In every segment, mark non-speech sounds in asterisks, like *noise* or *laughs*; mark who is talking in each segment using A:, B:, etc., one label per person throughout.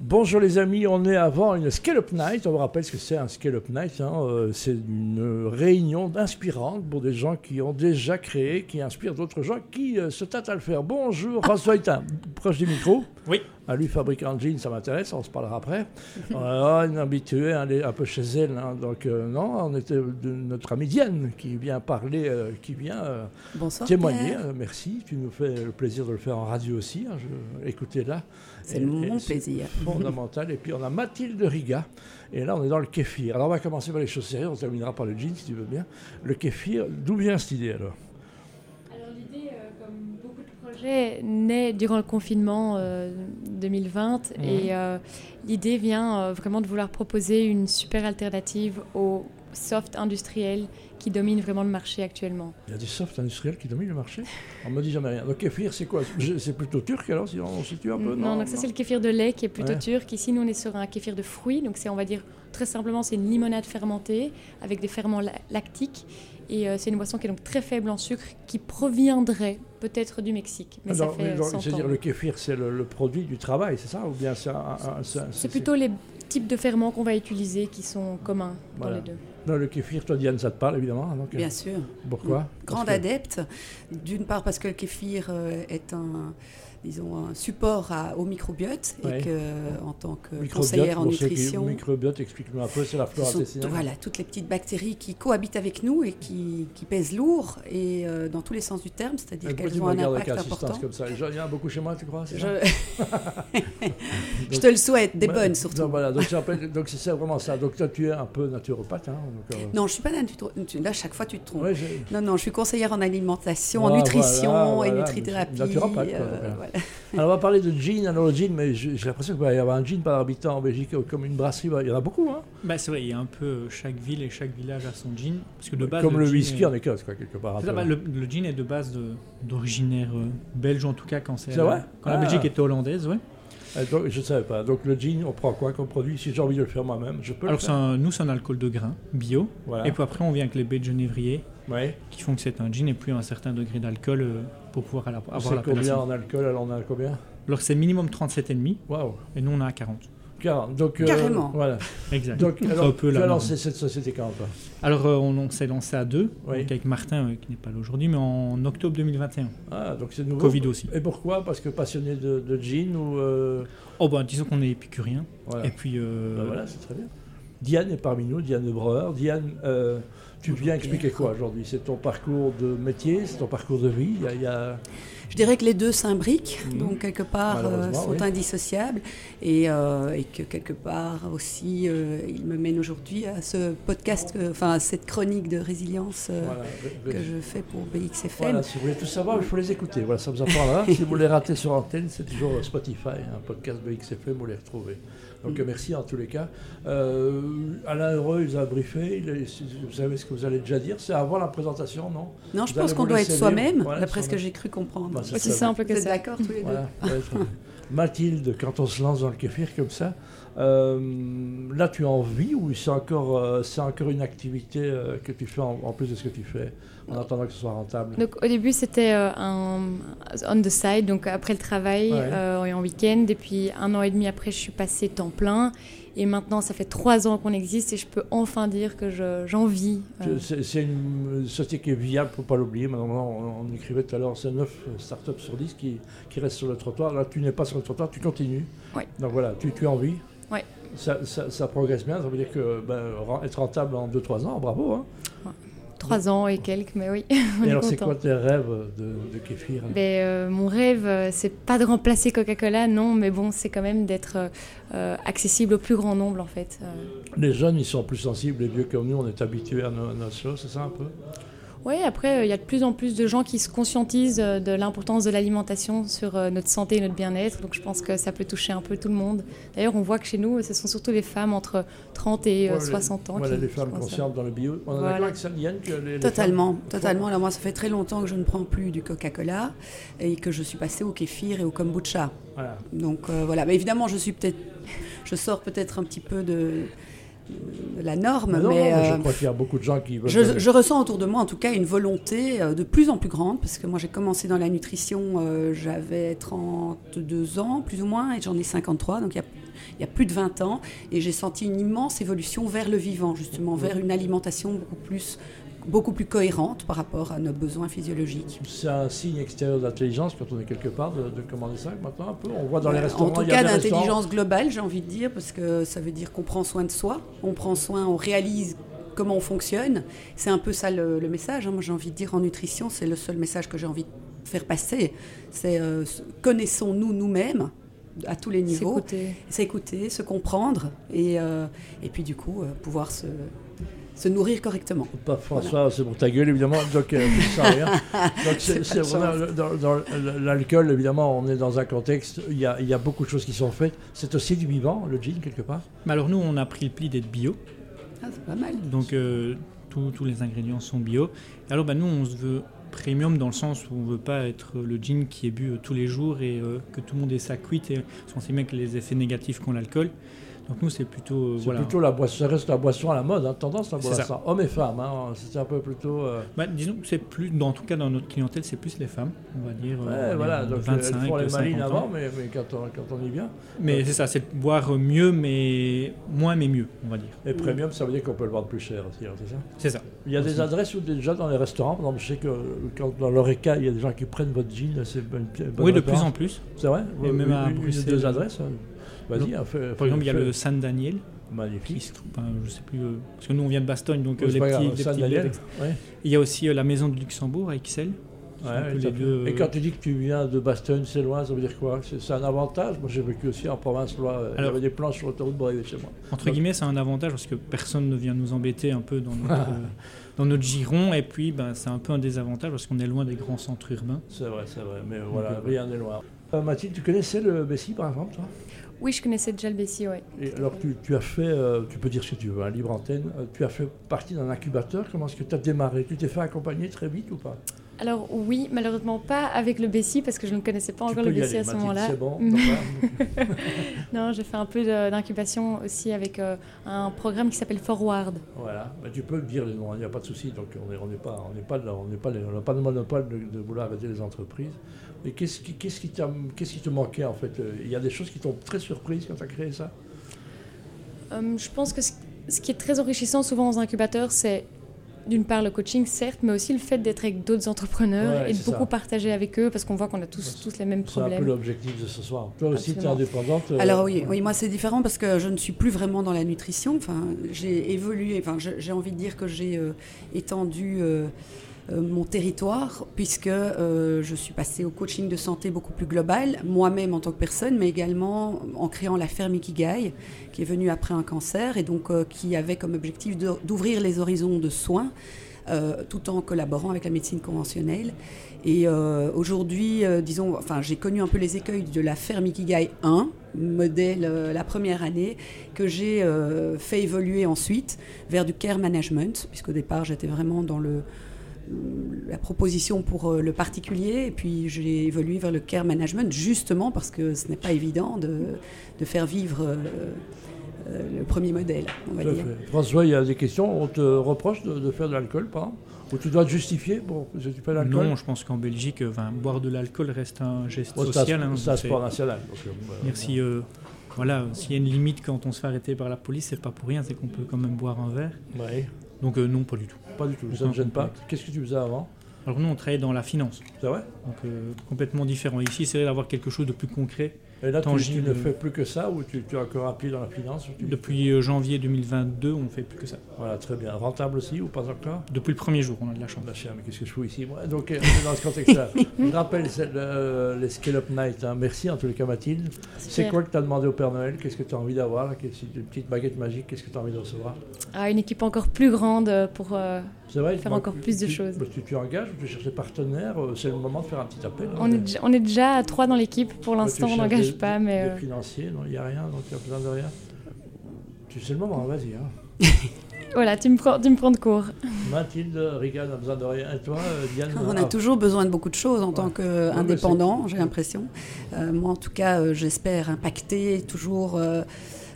A: Bonjour les amis, on est avant une Scale-Up Night. On vous rappelle ce que c'est un Scale-Up Night. hein. Euh, C'est une réunion inspirante pour des gens qui ont déjà créé, qui inspirent d'autres gens qui euh, se tâtent à le faire. Bonjour, Ross Voitin, proche du micro.
B: Oui.
A: À lui, fabricant de jeans, ça m'intéresse, on se parlera après. Euh, une habituée, hein, elle est un peu chez elle. hein. donc, euh, non, on était de notre amie Diane qui vient parler, euh, qui vient. euh,
C: Bonsoir.
A: témoigner.
C: Pierre.
A: euh, merci. Tu nous fais le plaisir de le faire en radio aussi. hein, je- Écoutez-la.
C: C'est
A: Et-
C: mon
A: et c'est
C: plaisir.
A: Fondamental. Et puis on a Mathilde Riga. Et là, on est dans le kéfir. Alors on va commencer par les choses sérieuses. On terminera par le jean, si tu veux bien. Le kéfir, d'où vient cette idée alors
D: Alors l'idée, euh, comme beaucoup de projets, naît durant le confinement euh, 2020
A: Mhm.
D: et euh, l'idée vient euh, vraiment de vouloir proposer une super alternative au soft industriel qui domine vraiment le marché actuellement.
A: Il y a des softs industriels qui dominent le marché. On me dit jamais rien. Le kéfir, c'est quoi Je- C'est plutôt turc alors, si on situe un peu
D: non, donc ça c'est le kéfir de lait qui est plutôt
A: Ouais.
D: turc. Ici nous on est sur un kéfir de fruits, donc c'est on va dire très simplement c'est une limonade fermentée avec des ferments la- lactiques et euh, c'est une boisson qui est donc très faible en sucre qui proviendrait peut-être du Mexique, mais
A: Alors,
D: ça fait
A: mais genre,
D: 100
A: C'est-à-dire
D: ans.
A: le kéfir, c'est le, le produit du travail, c'est ça Ou bien c'est un- un- un- c'est-
D: C'est plutôt les types de ferments qu'on va utiliser qui sont communs
A: Voilà.
D: dans les deux.
A: Non, le kéfir, toi Diane, ça te parle évidemment. hein, donc,
C: *laughs* Bien sûr.
A: Pourquoi
C: Grande
A: Parce que-
C: adepte. D'une part parce que le kéfir euh, est un disons un support à- au microbiote
A: Ouais.
C: et que euh, en tant que
A: Microbiote,
C: conseillère en
A: pour ceux qui-
C: nutrition
A: Microbiote, explique-nous un peu, c'est la
C: ce
A: flore
C: sont-
A: intestinale.
C: voilà toutes les petites bactéries qui cohabitent avec nous et qui, qui pèsent lourd et euh, dans tous les sens du terme,
A: Euh,
C: c'est-à-dire
A: pourquoi
C: qu'elles
A: tu me
C: ont un
A: regardes avec
C: impact
A: insistance
C: important.
A: comme ça Il y en a beaucoup chez moi, tu *laughs* crois c'est ça
C: Je... *laughs* Je te le souhaite, des
A: Ouais.
C: bonnes surtout.
A: Bah, Non, voilà, donc c'est un peu- donc c'est ça, vraiment ça. Donc toi, tu es un peu naturopathe. Hein, donc, euh,
C: Non, je suis pas nature- Là, chaque fois, tu te trompes.
A: ouais, j'ai-
C: Non, non, je suis conseillère en alimentation,
A: Ah,
C: en nutrition
A: voilà,
C: et
A: voilà,
C: nutrithérapie.
A: naturopathe, quoi,
C: euh,
A: donc,
C: voilà.
A: Alors, on va parler de jean. Alors, le jean, mais j'ai j'ai l'impression qu'il va y avoir un jean par habitant en Belgique, euh, comme une brasserie. bah, Il y en a beaucoup, hein.
B: Bah c'est vrai, il y a un peu euh, chaque ville et chaque village a son gin. Parce que de base,
A: Comme le,
B: gin
A: whisky
B: est-
A: en Écosse, quoi, quelque part. un
B: C'est ça,
A: peu.
B: bah, le, le gin est de base de- d'originaire euh, belge en tout cas quand c'est
A: C'est
B: la-
A: vrai
B: quand
A: Ah.
B: la Belgique était hollandaise, ouais.
A: Euh, donc, je ne savais pas. Donc, le jean, on prend quoi comme produit Si j'ai envie de le faire moi-même, je peux
B: Alors
A: le
B: c'est
A: faire.
B: un- nous c'est un alcool de grain bio.
A: Voilà.
B: Et puis après on vient avec les baies de genévrier
A: Ouais.
B: qui font que c'est un gin et plus un certain degré d'alcool euh, pour pouvoir alla- avoir
A: C'est combien
B: l'appellation.
A: en alcool Alors, on a combien
B: Alors c'est minimum 37,5
A: Waouh
B: et nous on a 40.
A: 40. Donc, euh,
C: Carrément.
A: Voilà.
B: Exact.
A: Donc,
B: *laughs* C'est
A: alors,
B: un peu
A: tu
B: la
A: as
B: norme.
A: lancé cette société quand toi
B: Alors euh, on, on s'est lancé à deux,
A: Oui.
B: donc avec Martin euh, qui n'est pas là aujourd'hui, mais en octobre 2021.
A: Ah, donc c'est nouveau.
B: Covid aussi.
A: Et pourquoi Parce que passionné de, de jean ou. euh,
B: Oh bah disons qu'on est épicurien.
A: voilà.
B: Et puis euh,
A: Ben voilà, c'est très bien. Diane est parmi nous, Diane Breuer. Diane, euh, tu viens expliquer quoi aujourd'hui C'est ton parcours de métier, c'est ton parcours de vie. Il y a- il y a-
C: Je dirais que les deux s'imbriquent,
A: Mhm.
C: donc quelque part euh,
A: Malheureusement,
C: sont
A: oui.
C: indissociables, et, euh, et que quelque part aussi, euh, il me mène aujourd'hui à ce podcast, euh, enfin à cette chronique de résilience euh,
A: voilà.
C: que je fais pour BXFM.
A: Voilà, si vous voulez tout savoir, il faut les écouter. Voilà, ça vous apprendra. si vous les ratez sur antenne, c'est toujours euh, Spotify, un podcast de XFM, vous les retrouvez. Donc
C: Mm.
A: euh, merci en tous les cas. Euh, Alain Heureux, il a briefé. il est- vous savez ce que vous allez déjà dire. C'est avant la présentation, non
C: Non, je
A: Vous
C: pense
A: allez
C: qu'on
A: vous
C: doit
A: laisser
C: être
A: libre.
C: soi-même,
A: Voilà,
C: d'après ce que
A: soi-même.
C: j'ai cru comprendre.
A: Bah, c'est
D: Aussi
A: ça.
D: simple
C: Vous
D: que
C: êtes
D: ça.
C: d'accord tous les deux
A: Voilà, ouais, très bien. *laughs* Mathilde, quand on se lance dans le kéfir comme ça, euh, là tu as envie ou c'est encore, euh, c'est encore une activité euh, que tu fais en, en plus de ce que tu fais en attendant que ce soit rentable
D: Donc au début c'était euh, un on the side, donc après le travail
A: Ouais.
D: euh, et en week-end. Et puis un an et demi après je suis passée temps plein. Et maintenant ça fait trois ans qu'on existe et je peux enfin dire que je- j'en vis. euh,
A: Tu- C'est c'est une société qui est viable, faut pas l'oublier. Maintenant, on, on écrivait tout à l'heure, c'est 9 startups sur 10 qui, qui restent sur le trottoir. Là, tu n'es pas sur le trottoir, tu continues.
D: Ouais.
A: Donc voilà, tu, tu as envie.
D: Ouais.
A: Ça, ça- ça progresse bien, ça veut dire que ben, être rentable en 2-3 ans, bravo. hein.
D: Trois ans et quelques, mais oui, *laughs* on
A: Et
D: est
A: alors, c'est
D: content.
A: quoi tes rêves de, de kéfir là
D: Ben, euh, mon rêve, euh, c'est pas de remplacer Coca-Cola, non, mais bon, c'est quand même d'être euh, euh, accessible au plus grand nombre, en fait. Euh,
A: Les jeunes, ils sont plus sensibles, les vieux comme nous, on est habitués à no- notre chose, c'est ça un peu
D: Oui, après, euh, il y a de plus en plus de gens qui se conscientisent euh, de l'importance de l'alimentation sur euh, notre santé et notre bien-être. Donc, je pense que ça peut toucher un peu tout le monde. D'ailleurs, on voit que chez nous, ce sont surtout les femmes entre 30 et euh,
A: Ouais, les-
D: 60 ans.
A: Voilà,
D: qui-
A: les
D: qui
A: femmes
D: consomment.
A: conscientes dans le bio. On en a
D: Voilà.
A: d'accord avec ça, Liane, que les- les
C: Totalement,
A: femmes-
C: totalement. Là, moi, ça fait très longtemps que je ne prends plus du Coca-Cola et que je suis passée au kéfir et au kombucha.
A: Voilà.
C: Donc euh, voilà, mais évidemment, je suis peut-être, je sors peut-être un petit peu de la norme,
A: non, non,
C: mais,
A: mais je
C: euh,
A: crois qu'il y a beaucoup de gens qui veulent.
C: je, je ressens autour de moi, en tout cas, une volonté euh, de plus en plus grande, parce que moi j'ai commencé dans la nutrition, euh, j'avais 32 ans, plus ou moins, et j'en ai 53, donc il y a, il y a plus de 20 ans, et j'ai senti une immense évolution vers le vivant, justement, vers une alimentation beaucoup plus, beaucoup plus cohérente par rapport à nos besoins physiologiques.
A: C'est un signe extérieur d'intelligence quand on est quelque part de, de commander ça maintenant un peu. On voit dans les restaurants.
C: Euh, En tout
A: il y a
C: cas,
A: des restaurants-
C: d'intelligence globale, j'ai envie de dire, parce que ça veut dire qu'on prend soin de soi, on prend soin, on réalise comment on fonctionne. C'est un peu ça le, le message. hein. Moi, j'ai envie de dire en nutrition, c'est le seul message que j'ai envie de faire passer. C'est euh, s- connaissons-nous nous-mêmes à tous les niveaux,
D: S'écouter.
C: s'écouter, se comprendre, et, euh, et puis du coup, euh, pouvoir se, se nourrir correctement.
A: Pas Bah, François, c'est pour ta gueule évidemment, donc euh, tu sens
C: *laughs*
A: rien. Donc c'est
C: C'est pas
A: c'est
C: de
A: vraiment dans, dans l'alcool évidemment, on est dans un contexte, il y a, il y a beaucoup de choses qui sont faites. C'est aussi du vivant, le gin quelque part.
B: Mais alors nous, on a pris le pli d'être bio,
C: Ah, c'est pas mal.
B: donc euh, tous tous les ingrédients sont bio. Et alors bah, nous, on se veut premium dans le sens où on veut pas être le gin qui est bu euh, tous les jours et euh, que tout le monde ait sa cuite, et, parce qu'on sait bien que les effets négatifs qu'ont l'alcool. Donc nous, c'est plutôt... euh,
A: C'est
B: voilà.
A: plutôt la boisson, ça reste la boisson à la mode, hein, tendance la
B: C'est
A: boisson,
B: ça.
A: hommes et femmes. hein, C'était un peu plutôt. euh,
B: Bah, disons que c'est plus, dans- en tout cas dans notre clientèle, c'est plus les femmes, on va dire. euh,
A: ouais,
B: on va
A: voilà,
B: dire de
A: donc elles font les
B: 50
A: malines
B: ans.
A: avant, mais, mais quand, on, quand on y vient.
B: Mais c'est ça, c'est de boire mieux, mais moins, mais mieux, on va dire.
A: Et premium, ça veut dire qu'on peut le vendre plus cher aussi, hein, c'est ça
B: C'est ça.
A: Il y a des adresses où déjà dans les restaurants, par exemple, je sais que euh, quand, dans l'Oreca, il y a des gens qui prennent votre gin, c'est une bonne
B: oui, de plus en plus.
A: C'est vrai
B: Et
A: Une-
B: même à
A: une- une-
B: Bruxelles.
A: Deux adresses hein. Vas-y, hein, fais- fais-
B: Par exemple, il y a
A: fais-
B: le San Daniel qui
A: Magnifique.
B: se trouve, ben, je sais plus, euh, parce que nous on vient de Bastogne, donc euh,
A: C'est
B: les
A: pas grave,
B: petits, les
A: San
B: petits
A: Daniel,
B: bleds.
A: ouais.
B: Il y a aussi euh, la Maison du Luxembourg à Excel.
A: Ouais,
B: un peu
A: tout
B: les
A: à fait.
B: deux, euh,
A: Et quand tu dis que tu viens de Bastogne, c'est loin, ça veut dire quoi C'est c'est un avantage Moi j'ai vécu aussi en province, là, euh, il y
B: Alors-
A: avait des planches sur l'autoroute pour arriver chez moi.
B: euh, Entre
A: Donc-
B: guillemets, c'est un avantage parce que personne ne vient nous embêter un peu dans
A: Ah.
B: notre, euh, dans notre giron, et puis ben, c'est un peu un désavantage parce qu'on est loin des grands centres urbains.
A: C'est vrai, c'est vrai, mais voilà,
B: euh,
A: rien n'est loin. Euh, Mathilde, tu connaissais le Bessie par exemple toi
D: Oui, je connaissais déjà le Bessie, ouais.
A: Et alors tu, tu as fait, euh, tu peux dire ce que tu veux, hein, libre antenne, euh, tu as fait partie d'un incubateur, comment est-ce que tu as démarré Tu t'es fait accompagner très vite ou pas
D: Alors oui, malheureusement pas avec le Bessie parce que je ne connaissais pas
A: Tu
D: encore
A: peux
D: le
A: y
D: Bessie
A: aller,
D: à ce
A: Mathilde,
D: moment-là. Mm.
A: c'est bon. donc, voilà.
D: Non, j'ai fait un peu de- d'incubation aussi avec euh, un programme qui s'appelle Forward.
A: Voilà, Bah, tu peux dire les noms, il n'y a pas de souci, donc on n'est on n'est pas, on n'est pas, de la- on n'est pas, les- on n'a pas de monopole de, de vouloir aider les entreprises. Et qu'est-ce qui, qu'est-ce qui, t'a- qu'est-ce qui te manquait en fait Euh, Il y a des choses qui t'ont très surprise quand tu as créé ça
D: Euh, je pense que ce, ce qui est très enrichissant souvent aux incubateurs, c'est d'une part le coaching, certes, mais aussi le fait d'être avec d'autres entrepreneurs
A: Ouais,
D: et de
A: c'est ça.
D: beaucoup partager avec eux parce qu'on voit qu'on a tous, tous les mêmes
A: C'est un peu
D: problèmes.
A: l'objectif de ce soir. Toi aussi, tu es
D: Absolument.
A: indépendante euh,
C: Alors oui, oui, moi c'est différent parce que je ne suis plus vraiment dans la nutrition. Enfin, j'ai évolué. Enfin, je- j'ai envie de dire que j'ai euh, étendu euh, euh, mon territoire puisque euh, je suis passée au coaching de santé beaucoup plus global, moi-même en tant que personne, mais également en créant la ferme Ikigai, qui est venue après un cancer et donc euh, qui avait comme objectif de- d'ouvrir les horizons de soins. euh, tout en collaborant avec la médecine conventionnelle. Et euh, aujourd'hui, euh, disons, enfin, j'ai connu un peu les écueils de la ferme Ikigai 1, modèle euh, la première année, que j'ai euh, fait évoluer ensuite vers du care management, puisqu'au départ, j'étais vraiment dans le la proposition pour euh, le particulier et puis j'ai évolué vers le care management justement parce que ce n'est pas évident de, de faire vivre euh, euh, le premier modèle on va
A: tout à
C: dire.
A: fait. François, il y a des questions. On te reproche de, de faire de l'alcool, par exemple Ou tu dois te justifier pour que tu fais de l'alcool
B: Non, je pense qu'en Belgique, euh, ben, boire de l'alcool reste un geste
A: Oh, c'est un-
B: social. hein,
A: c'est un
B: c'est-
A: sport national. donc, euh,
B: Merci. euh, voilà, euh, s'il y a une limite quand on se fait arrêter par la police, c'est pas pour rien, c'est qu'on peut quand même boire un verre.
A: Ouais.
B: Donc euh, non, pas du tout.
A: Pas du tout, ça ne me gêne pas. Qu'est-ce que tu faisais avant
B: Alors nous, on travaille dans la finance,
A: C'est vrai
B: donc euh, complètement différent. Ici, c'est d'avoir quelque chose de plus concret.
A: Et là, tu, tu
B: Tangible.
A: ne fais plus que ça ou tu, tu as encore appuyé dans la finance ou tu-
B: Depuis euh, janvier 2022, on fait plus que ça.
A: Voilà, très bien. Rentable aussi ou pas encore
B: Depuis le premier jour, on a de la chance.
A: La mais qu'est-ce que je fous ici moi Donc, euh, on est dans ce
D: *laughs*
A: contexte-là. je rappelle c'est le- euh, les Scale-Up Night. hein. Merci en tous les cas, Mathilde. C'est
D: Super.
A: quoi que tu as demandé au Père Noël Qu'est-ce que tu as envie d'avoir là Qu'est-ce- Une petite baguette magique, qu'est-ce que tu as envie de recevoir
D: Ah, une équipe encore plus grande euh, pour. euh,
A: C'est vrai il te
D: Faire
A: manque-
D: encore plus de
A: tu-
D: choses.
A: Tu, tu engages ou tu cherches des partenaires euh, C'est le moment de faire un petit appel. hein.
D: on, est,
A: Toi,
D: déjà- on est déjà à trois dans l'équipe. Pour
A: tu
D: l'instant,
A: cherches
D: on
A: des-
D: n'engage pas, mais
A: Des
D: euh,
A: financiers, non, il n'y a rien, donc il n'y a besoin de rien. Tu sais le moment, vas-y. hein.
D: voilà, tu me prends, tu me prends de court.
A: Mathilde, Regan n'a besoin de rien. Et toi, euh, Diane
C: On
A: ah,
C: a toujours besoin de beaucoup de choses en tant
A: mais
C: qu'indépendant, j'ai l'impression. Euh, moi, en tout cas, euh, j'espère impacter toujours euh,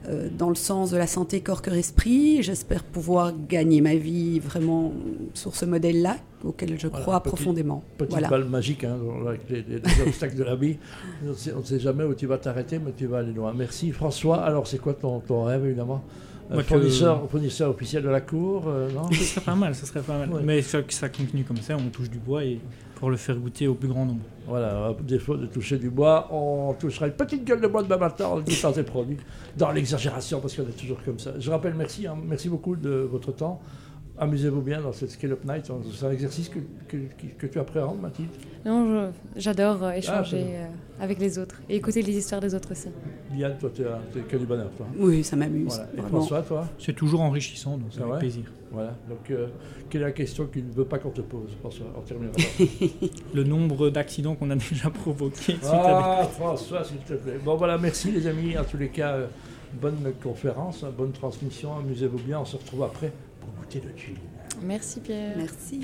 C: euh, dans le sens de la santé corps cœur esprit. J'espère pouvoir gagner ma vie vraiment sur ce modèle-là auquel je
A: Voilà,
C: crois
A: petite-
C: profondément.
A: Petite
C: voilà.
A: balle magique, hein, dans- avec les, les- les obstacles de la vie. On sait- on ne sait jamais où tu vas t'arrêter, mais tu vas aller loin. Merci François. Alors, c'est quoi ton, ton rêve, évidemment Euh,
B: Moi, que-
A: fournisseur, fournisseur officiel de la cour, euh,
C: *laughs*
A: non
B: Ce serait pas mal, ce serait pas mal.
A: Ouais.
B: Mais il faut que ça continue comme ça, on touche du bois et pour le faire goûter au plus grand nombre.
A: Voilà, à défaut de toucher du bois, on touchera une petite gueule de bois demain matin en goûtant tes produits, dans l'exagération, parce qu'on est toujours comme ça. Je rappelle, merci, hein, merci beaucoup de votre temps. Amusez-vous bien dans cette Scale Up Night. hein, C'est un exercice que, que- qui- que tu appréhendes, Mathilde.
D: Non, je- j'adore euh,
A: c'est
D: échanger
A: bon.
D: euh, avec les autres et écouter les histoires des autres aussi.
A: Liane, toi, tu es que du bonheur. Toi.
C: Oui, ça m'amuse.
A: Voilà. Et
C: vraiment.
A: François, toi
B: C'est toujours enrichissant, donc c'est
A: Ah
B: avec
A: ouais
B: plaisir.
A: Voilà. Donc, euh, quelle est la question qu'il ne veut pas qu'on te pose, François On terminera.
B: Le nombre d'accidents qu'on a *laughs* déjà provoqués suite à des-
A: Ah, François, s'il te plaît. Bon, voilà, merci les amis. En tous les cas, euh, bonne conférence, hein, bonne transmission. Amusez-vous bien. On se retrouve après pour goûter le chili.
D: Merci Pierre.
C: Merci.